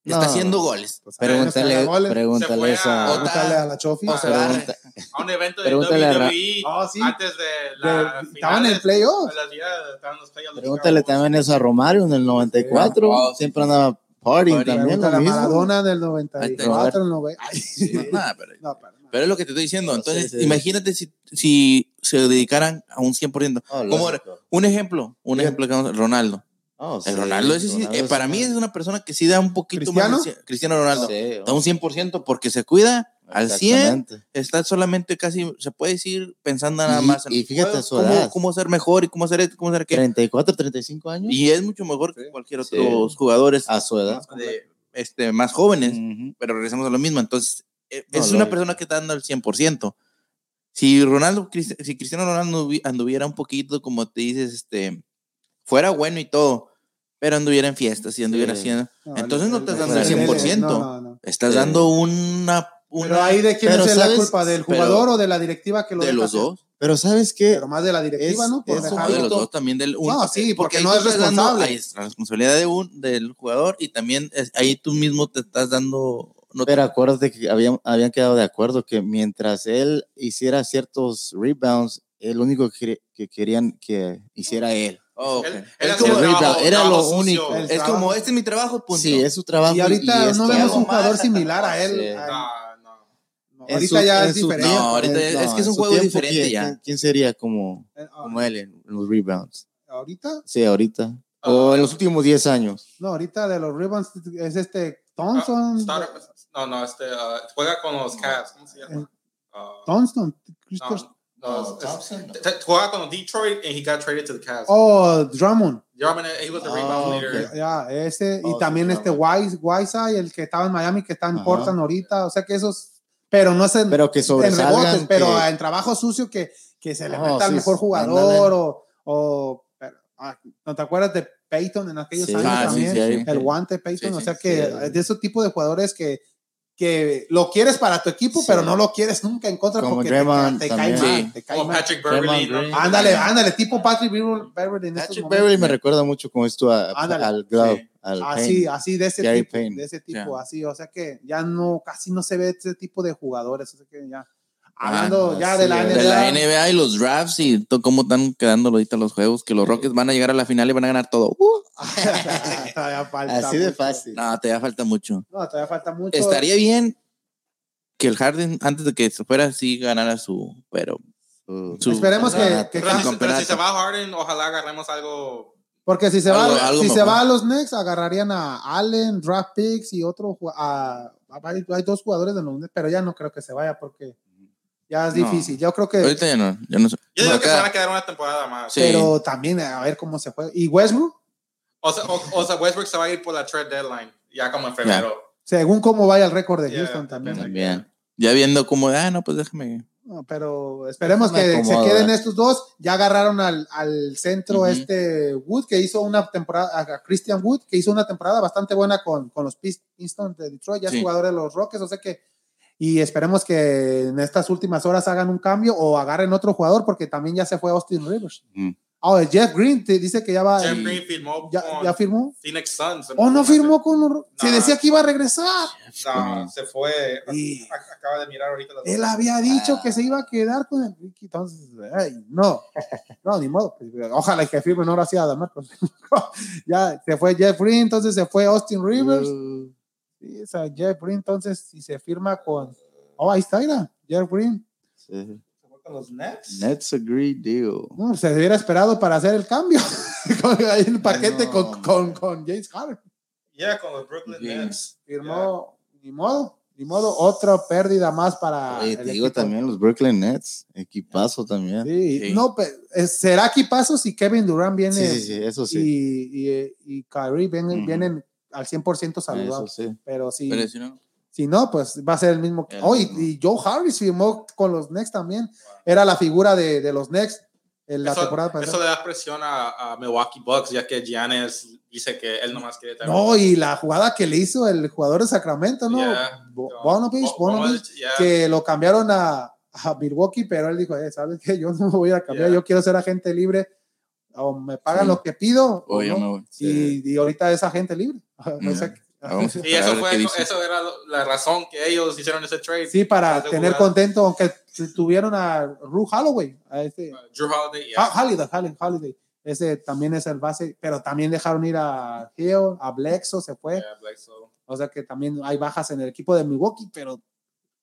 A: No.
C: Está haciendo goles.
B: Pues,
A: Pregúntale,
B: se fue a-
A: pregúntale eso. a-
D: Ah,
B: Pregúntale a la Chofi.
C: O sea,
A: pregunta-
D: A un evento de
A: Pregúntale a Ra-
D: WWE
B: Ah, sí.
D: antes de
B: De-
D: la
B: estaban en el playoff.
A: Pregúntale también eso a Romario en el 94.
C: Ah, sí.
A: Siempre andaba party
C: Partying.
A: también.
B: Pregúntale
A: Lo
B: a
A: mismo.
B: Maradona del
C: Ahí está.
B: 94. el nove- Ay, sí.
C: No, nada, pero,
B: No, para nada.
C: pero es lo que te estoy diciendo.
A: Sí,
C: Entonces,
A: sí.
C: imagínate si, si se dedicaran a un 100%.
A: Oh,
C: ¿Cómo era?
A: lógico.
C: Un ejemplo, un
A: Bien.
C: ejemplo que vamos a- Ronaldo.
A: Oh, sí,
C: El Ronaldo, ese sí, eh, para mí es una persona que sí da un poquito más.
B: ¿Cristiano?
C: de- Cristiano Ronaldo.
A: Sí, oh,
C: Da un 100% porque se cuida al 100,
A: exactamente.
C: está solamente casi, se puede decir, pensando nada
A: Y-
C: más en
A: y
C: el
A: fíjate
C: juego,
A: su
C: cómo,
A: edad.
C: cómo ser mejor y cómo ser esto, cómo ser aquello.
A: 34, 35 años.
C: Y es mucho mejor que cualquier
A: Sí. Ah,
C: otro jugadores
A: a su edad.
C: de, este, más jóvenes,
A: Ujú.
C: pero regresamos a lo mismo. Entonces, eh,
A: No,
C: es
A: lo
C: una
A: hay.
C: persona que está dando el 100%. Si Ronaldo, Crist- si Cristiano Ronaldo anduvi- anduviera un poquito, como te dices, este, fuera bueno y todo, pero anduviera en fiestas y anduviera
A: Sí.
C: haciendo,
B: No,
C: Entonces no te
A: dan
B: el-
A: el
B: el-
C: 100%.
B: no, no, no.
C: estás
A: Sí.
C: dando una,
B: Pero
C: una
B: ahí de quién
A: Pero
B: es la
A: ¿sabes?
B: culpa, del
C: Pero-
B: jugador o de la directiva que lo
C: de
B: deja
C: los
B: hacer?
C: dos.
A: Pero ¿sabes qué?
B: Pero más de la directiva,
A: Es-
B: ¿no? Por
A: es un
C: O
B: dejarlo.
C: de los
A: Hamilton-
C: dos también del uno.
B: No, sí, porque
C: ahí
B: no
C: tú
B: es
C: estás dando-
B: responsable.
C: ahí es la responsabilidad de un, del jugador y también es- ahí tú mismo te estás dando. No
A: Pero acuérdate que habían, habían quedado de acuerdo que mientras él hiciera ciertos rebounds, el único que, quer- que querían que hiciera él.
C: Oh, ok.
D: Él- él
C: Es
D: hacía
A: el
C: como-
D: trabajo-
A: rebound, era
D: trabajo
A: lo
D: sucio.
A: único.
B: El-
C: es como, este es mi trabajo, punto.
A: Sí, es su trabajo.
B: Y ahorita
A: es
B: no
A: todo.
B: vemos un
C: Hago
B: jugador
C: más,
B: similar a él.
A: este sí.
B: a-
D: No, no.
B: no,
A: En
B: ahorita
A: su-
B: ya
A: en
B: es
A: su-
B: diferente.
C: No, ahorita
B: Eh,
C: es- es que es
A: en su
C: un juego
A: tiempo,
C: diferente
A: ¿quién-
C: ya.
A: ¿quién, quién sería como,
B: eh,
A: como él en los rebounds?
B: Ahorita,
A: Sí, ahorita.
B: Ah.
A: O en los últimos 10 años.
B: no, ahorita de los Ribbons es este
D: Ah,
B: Thompson.
D: Star- no, no, este ah, juega con los Cavs. ¿Cómo se
B: eh,
D: llama? Ah,
B: Thompson.
D: no,
B: Christos-
D: no, es- es- te- Jugaba con los Detroit and he got traded to the Cavs.
B: Oh, Drummond. Oh,
D: Drummond, he was the
A: Ah,
D: rebound
A: ok.
D: leader.
B: Ya, ese.
A: Oh,
B: y
A: sí,
B: también este Wise, Wise, el que estaba en Miami, que está en
A: Ajá.
B: Portland ahorita. O sea que esos. Pero no es en,
A: Pero que
B: en
A: sobresalgan.
B: rebotes, pero
A: que-
D: Ah,
B: en trabajo sucio que, que se le
A: Oh,
B: meta al
A: sí,
B: mejor
A: sí,
B: jugador.
A: ándale.
B: O. o- pero, ah, ¿No te acuerdas de Peyton en aquellos
A: Sí,
B: años
C: Ah, sí,
B: también?
C: sí,
A: ahí-
B: el guante Peyton,
C: Sí,
B: o
C: sí,
B: sea que
A: sí.
B: es de ese tipo de jugadores que, que lo quieres para tu equipo,
A: Sí.
B: pero no lo quieres nunca en contra
A: Como
B: porque
A: Draymond
B: te, ca- te cae
A: también.
B: mal,
C: Sí.
B: te cae
D: Como
B: mal.
D: Patrick Beverly.
A: Draymond Green.
D: ¿no?
B: Ándale, ándale, tipo Patrick Beverly Beverly en estos
A: Patrick
B: momentos.
A: Beverly me recuerda mucho con esto a- a-
B: Ándale.
A: al Glove.
C: Sí.
A: Al
B: Así,
A: Payne.
B: así de ese
A: Gary
B: tipo,
A: Payne.
B: de ese tipo, así, o sea que ya no, casi no se ve ese tipo de jugadores, o sea que ya, hablando ya
A: así
B: de la
A: es.
B: NBA,
C: Ah, De la NBA y los drafts y to- cómo están quedando ahorita los juegos, que los Rockets van a llegar a la final y van a ganar todo. Uh,
B: todavía falta
A: Así de
B: mucho.
A: fácil.
C: no, te da falta mucho.
B: No, todavía falta mucho.
C: Estaría bien que el Harden, antes de que se fuera, sí ganara su. Pero.
A: Uh,
C: su-
B: Esperemos que,
A: campeonato.
B: que
D: Pero, si, pero si
C: campeonato.
D: se va Harden, ojalá agarremos algo.
B: Porque si se va,
C: Algo- algo
B: si se
C: mejor.
B: va a los Knicks, agarrarían a Allen, draft picks y otro ju- a, a- hay, hay dos jugadores de los Knicks, pero ya no creo que se vaya porque ya es
C: No.
B: difícil. Yo creo que
C: Ahorita ya no, ya no sé.
D: Yo digo que se
C: Acá-
D: van a quedar una temporada más.
C: Sí.
B: pero también a ver cómo se juega. Y Westbrook,
D: O, sea, o- o sea, Westbrook se va a ir por la trade deadline, ya como en febrero.
B: según cómo vaya el récord de
D: Ya,
B: Houston también.
D: depende.
A: También.
C: Ya viendo cómo, ah, no, pues déjame.
B: No, pero esperemos
A: Eso me
B: que
A: acomoda,
B: se queden
A: ¿verdad?
B: estos dos. Ya agarraron al, al centro
C: Ujú.
B: este Wood, que hizo una temporada, a Christian Wood, que hizo una temporada bastante buena con, con los Pist- Pistons de Detroit, ya es
C: Sí.
B: jugador de los Rockets, o sea que, y esperemos que en estas últimas horas hagan un cambio o agarren otro jugador, porque también ya se fue Austin Rivers.
A: Mm.
B: Ah, el Jeff Green te dice que ya va,
D: Jeff
C: Sí.
D: Green firmó
B: ya,
D: con
B: ya firmó.
D: Phoenix Suns.
B: ¿O no firmó con los Ro- Se
D: No.
B: decía que iba a regresar.
D: No, ah, se fue.
B: Y
D: Ac- Acaba de mirar ahorita. las-
B: Él había dicho que se iba a quedar con el Ricky, entonces, ay, no, no, ni modo. pues, Ojalá que firmen ahora sí a Damarco. pues, ya se fue Jeff Green, entonces se fue Austin Rivers.
A: Uh,
B: Sí, o sea, Jeff Green, entonces, si se firma con. Oh, ahí está, mira, Jeff Green.
A: sí.
D: Se fue con los Nets.
A: Nets agree deal.
B: No, se hubiera esperado para hacer el cambio. con ahí el paquete
A: No,
B: con,
A: man.
B: con, con James Harden.
D: Ya con los Brooklyn Nets.
B: Firmó, ni modo, ni modo, otra pérdida más para.
A: Oye,
B: el
A: te digo
B: equipo.
A: también los Brooklyn Nets, equipazo también. Sí,
B: Sí,
C: Sí.
B: no, pe- eh, será aquí paso si Kevin Durant viene.
A: sí, sí, eso sí.
B: y, y, eh, y Kyrie vienen,
A: Ujú.
B: vienen al 100%
A: Eso
B: saludables.
A: sí.
B: Pero si,
C: Pero si no.
B: si no, pues va a ser el mismo.
C: El
B: Oh, y,
C: mismo.
B: y Joe Harris firmó con los Knicks también. Era la figura de, de los Knicks en la
D: Eso-
B: temporada
D: Eso
B: pasada.
D: le da presión a, a Milwaukee Bucks, ya que Giannis dice que él nomás quiere tener-
B: No, y la jugada que le hizo el jugador de Sacramento, ¿no?
D: Yeah.
B: Bo-
D: No.
B: Bonovich,
D: Bo-
B: Bonovich,
D: Bonovich, ya.
B: que lo cambiaron a, a Milwaukee, pero él dijo, eh, ¿sabes qué? Yo no me voy a cambiar,
D: Yeah.
B: yo quiero ser agente libre. O me pagan
C: Sí.
B: lo que pido. o
C: O yo
B: no".
C: me voy.
B: y, y ahorita es agente libre. O sea
C: Yeah.
B: que-
C: Vamos a
D: Y
C: esperar a
D: eso,
C: ver qué
D: fue,
C: dice.
D: eso era lo- la razón que ellos hicieron ese trade.
B: Sí, para
D: Ese
B: tener
D: jugador.
B: contento, aunque tu- tuvieron a Ru Holloway, a este,
D: uh,
B: Ah,
D: Drew Holiday, yeah.
B: Ha- Holiday, Holiday, Holiday. ese también es el base, pero también dejaron ir a Hill, a Blexo se fue,
D: Yeah, Blake, so.
B: o sea que también hay bajas en el equipo de Milwaukee, pero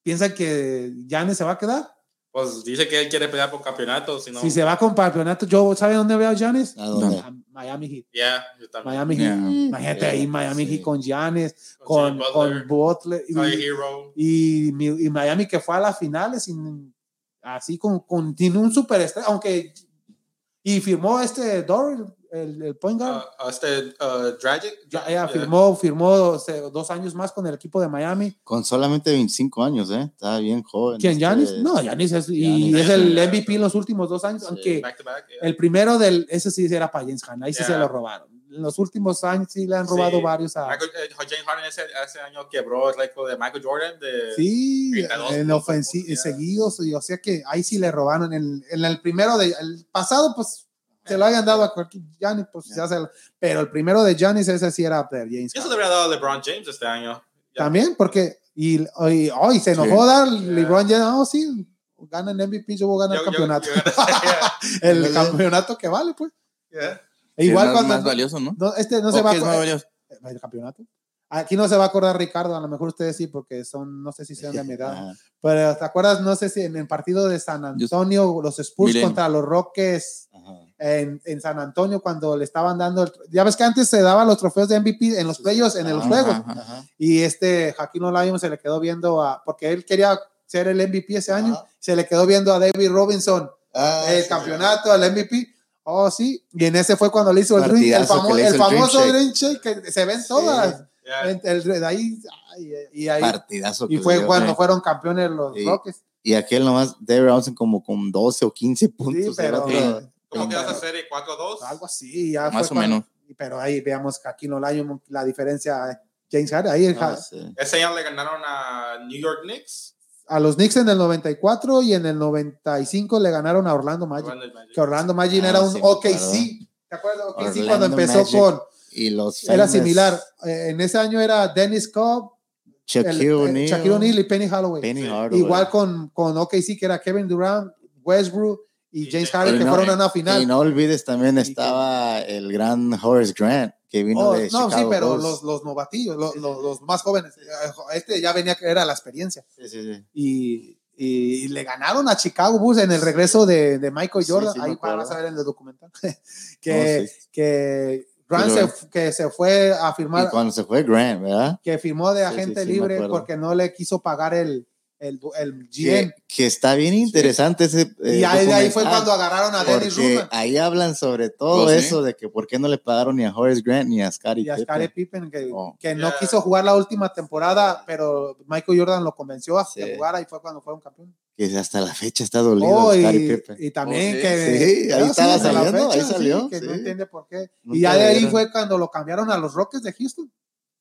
B: piensan que Giannis se va a quedar.
D: Pues dice que él quiere pelear por campeonato, si no.
B: Si se va con campeonato, yo ¿sabe dónde veo a Giannis?
A: ¿A dónde? Mm.
B: A Miami Heat,
D: Yeah, yo también.
B: Miami
C: Yeah.
B: Heat. Imagínate
A: Yeah,
B: ahí Miami
A: sí.
B: Heat con Giannis,
D: Con
B: con,
D: Jimmy
B: con
D: Butler,
B: Butler y-
D: Tyler Hero.
B: y, mi- y Miami que fue a las finales sin- así con, con tiene un superestrella, aunque y firmó este Dor, el, el point guard,
D: Ah, ah, este ah, Dragic.
B: ya, ya
D: Yeah.
B: firmó, firmó o sea, dos años más con el equipo de Miami.
A: Con solamente 25 años, ¿eh? Está bien joven.
B: ¿Quién?
A: este-
B: Yanis? No, Yanis es, y
A: Giannis,
B: es el
D: sí.
B: MVP en los últimos dos años, aunque
D: Back to back, yeah.
B: el primero del, ese sí era para James Harden, ahí sí se
D: Yeah.
B: lo robaron. en los últimos años sí le han robado
D: Sí.
B: varios a.
D: Michael- eh, James Harden ese, ese año quebró el récord de Michael Jordan de
B: Sí,
D: 32
B: en
D: puntos,
B: ofensi-
D: ya.
B: seguidos, y o sea que ahí sí le robaron. En, en el primero de. El pasado, pues se lo hayan dado a cualquier Giannis, pues
A: Ya.
B: ya se lo- Pero el primero de Giannis, ese sí era de James.
D: Eso
B: Harden.
D: le habría dado a LeBron James este año. Ya.
B: También, porque. Y hoy se enojó dar LeBron James. Oh, sí, ganan MVP, yo voy a
D: Yo-
B: ganar
D: yo-
B: el campeonato.
D: yo- yeah,
B: el
A: Ándale.
B: campeonato que vale, pues.
D: yeah.
B: E Igual
C: es más-
B: cuando.
C: más valioso, ¿no?
B: no, este no
C: ¿O
B: se va a
C: qué es más
B: acordar-
C: valioso?
B: el campeonato. Aquí no se va a acordar Ricardo, a lo mejor ustedes sí, porque son, no sé si sean de mi edad.
A: Ajá.
B: Pero ¿te acuerdas? No sé si en el partido de San Antonio, los Spurs
C: Milenio.
B: contra los Rockets
A: Ajá.
B: en, en San Antonio, cuando le estaban dando. el- ya ves que antes se daban los trofeos de MVP en los playoffs, en los
A: Ajá,
B: juegos.
C: ajá.
A: Ajá.
B: Y este Joaquín Olajuwon se le quedó viendo a. Porque él quería ser el MVP ese año.
A: Ajá.
B: Se le quedó viendo a David Robinson
A: Ah,
B: el
A: sí.
B: campeonato, el MVP. Oh, sí. Y en ese fue cuando le hizo el, dream- el,
C: Partidazo
B: famo-
C: que le hizo
B: el
C: el dream
B: famoso
C: shake.
B: Dream Shake que se ven todas.
D: Yeah.
B: El- el- de ahí, ay, y ahí.
A: Partidazo.
B: Y
A: que
B: fue
A: dio,
B: cuando
A: güey.
B: fueron campeones los
A: Sí.
B: Rockets.
A: Y aquel nomás, David Robinson como con 12 o 15 puntos.
B: Sí,
A: era
B: pero
A: otro-
D: ¿Cómo quedó esa
B: pero-
D: serie? ¿4-2?
B: algo así. Ya
C: Más
B: fue cuando-
C: o menos.
B: Pero ahí veamos que aquí no la, la diferencia. eh, James Harden, ahí el
A: no
B: Ja-
A: sé.
D: Ese año le ganaron a New York Knicks.
B: a los Knicks en el 94 y en el 95 le ganaron a Orlando Magic.
D: Orlando Magic.
B: Que Orlando Magic
A: Ah,
B: era un
A: sí, me
B: OKC. ¿Te acuerdas? OKC cuando
A: Orlando
B: empezó
A: Magic.
B: con.
A: Y los
B: Era
A: famous
B: similar. eh, en ese año era Dennis Cobb, el- eh,
A: Shaquille O'Neal.
B: Shaquille O'Neal y Penny Holloway.
A: Penny
D: Sí.
A: Hardaway.
B: Igual con, con OKC, que era Kevin Durant, Westbrook y
D: Y
B: James
D: James
B: Harden, que
A: Harden.
B: fueron a una
A: Y
B: final.
A: no olvides también
B: Y-
A: estaba el gran Horace Grant que vino
B: Oh,
A: de
B: no, sí,
A: Chicago
B: pero
A: Bulls.
B: los, los novatillos, los, los- los más jóvenes. Este ya venía, que era la experiencia.
A: Sí, sí, sí.
B: Y, y le ganaron a Chicago Bulls en el regreso de, de Michael
A: Sí,
B: Jordan.
A: sí, me
B: Ahí
A: acuerdo.
B: vas a ver en el documental. que,
A: No, sí.
B: que Grant
C: Sí,
B: se,
C: lo
B: fu- que se fue a firmar,
A: Y cuando se fue Grant, ¿verdad?
B: que firmó de
A: Sí, sí,
B: agente
A: sí, me
B: libre
A: acuerdo.
B: porque no le quiso pagar el, el, el GM.
A: Que, que está bien interesante ese. eh,
B: y ahí, de ahí fue
A: documental,
B: cuando agarraron a Dennis
A: Porque
B: Rodman
A: ahí hablan sobre todo
C: Oh, sí.
A: eso de que por qué no le pagaron ni a Horace Grant ni a Scottie
B: y a
A: Pippen.
B: Scottie Pippen, que,
A: Oh.
B: que no
D: Yeah.
B: quiso jugar la última temporada, pero Michael Jordan lo convenció a que
A: Sí.
B: jugara y fue cuando fueron campeón.
A: Que hasta la fecha está dolido
B: Oh,
A: Scottie
B: y,
A: Pippen.
B: y también
C: Oh, sí.
B: que
A: Sí, ahí
B: Ah,
A: estaba
B: hasta la
A: saliendo, ahí
B: sí,
A: salió,
B: que no
A: sí.
B: entiende por qué. y
A: Nunca
B: ya de ahí
A: dieron.
B: fue cuando lo cambiaron a los Rockets de Houston.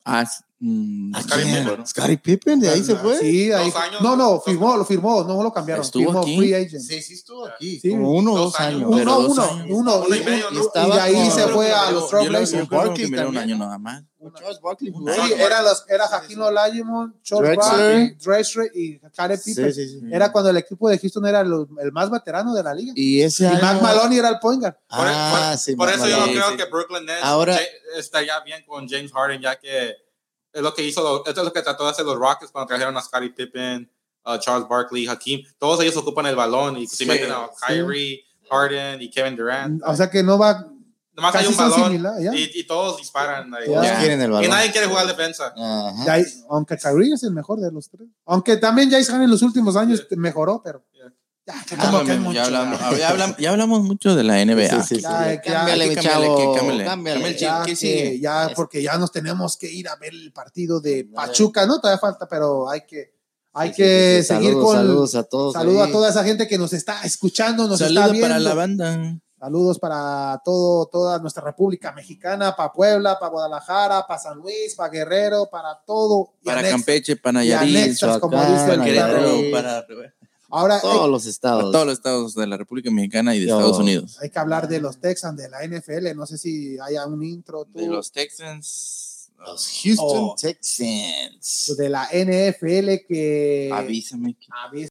C: Ah, s- mm,
A: ¿A
D: Scottie
A: quién?
D: Pippen, ¿no?
A: Scottie Pippen, de ahí se fue.
B: Sí, ahí.
D: Dos años,
B: no, no,
D: dos-
B: firmó, lo firmó, no lo cambiaron.
C: Estuvo
B: firmó
C: aquí.
B: free agent.
A: sí estuvo aquí.
B: Sí.
A: Como uno o
D: Dos
A: dos
D: años.
A: años.
B: Uno,
C: pero dos
B: uno,
C: años.
B: uno,
D: Uno
B: y,
D: y medio, ¿no?
B: y de ahí
A: Estaba
B: se
A: con-
B: fue a los
C: yo- yo lo-
B: Trailblazers.
C: yo
A: Blazers,
C: creo que
A: Barkley
C: primero un
A: también.
C: año nada más.
A: Charles Barkley.
C: Un
B: Sí,
C: año.
B: era los era Jaquín Olajuwon, Charles
A: Drexler.
B: Barkley, Drexler y Jared
A: Sí,
B: Pippen.
A: sí, sí.
B: Era cuando el equipo de Houston era lo- el más veterano de la liga. Y,
A: Y ese año.
B: Mac Maloney era el point guard.
D: Por-
A: Ah, sí,
D: Por
A: Mac
D: eso yo no
A: Maloney.
D: creo
C: sí.
D: que Brooklyn Nets
A: Ahora-
D: Ja- estaría bien con James Harden, ya que es lo que hizo, lo- esto es lo que trató de hacer los Rockets cuando trajeron a Scottie Pippen, a Charles Barkley, Hakim. Todos ellos ocupan el balón y se
C: Sí,
D: meten a Kyrie, Harden y Kevin Durant.
B: Mm, O sea que no va
D: Nomás hay
B: casi
D: Ah, un
B: son
D: balón
B: similares. ya.
D: y, y todos disparan. like,
A: Todos
C: Ya.
A: quieren el balón.
D: Y nadie quiere jugar defensa.
A: Ajá.
B: De ahí- aunque Kyrie es el mejor de los tres. Aunque también James Harden en los últimos años mejoró, pero
D: Yeah.
B: ya, que
C: Ah,
B: como
C: no,
B: que es
C: men,
B: mucho,
C: ya, hablamos,
B: ya.
C: ya, hablamos, ya hablamos mucho de la NBA.
A: Sí, sí, sí.
B: Ya,
A: Ya,
B: ya,
A: cámbiale,
C: hay
A: mi
C: que
A: chavo.
C: cámbiale, que
A: Cámbiale.
C: cámbiale. Cámbiale,
A: Ya.
B: Ya,
C: ¿Qué
B: que-
C: sigue?
A: Este.
B: ya, porque ya nos tenemos que ir a ver el partido de Pachuca, ¿no? Todavía falta, pero hay que, hay
A: Sí, sí,
B: que
A: sí, sí.
B: seguir
A: Saludos,
B: con. Saludos,
A: Saludos a todos. ahí.
B: a toda esa gente que nos está escuchando, nos está
C: Saludos
B: viendo.
C: para la banda.
B: Saludos para todo, toda nuestra República Mexicana, para Puebla, para Guadalajara, para San Luis, para Guerrero, para todo. Y
C: Para
B: anex-
C: Campeche, para
B: y
C: Nayarit,
B: anexas, como
A: Michoacán,
B: dice el
C: para Querétaro,
A: Nayarit.
C: para para
B: Ahora,
A: Todos los estados.
C: todos los estados de la República Mexicana y de
A: Yo.
C: Estados Unidos.
B: Hay que hablar de los Texans, de la NFL. No sé si haya un intro tú,
C: De
B: de,
C: los Texans.
A: Los Houston
B: Oh.
A: Texans.
B: la NFL que É.
C: Avísame.
B: avisa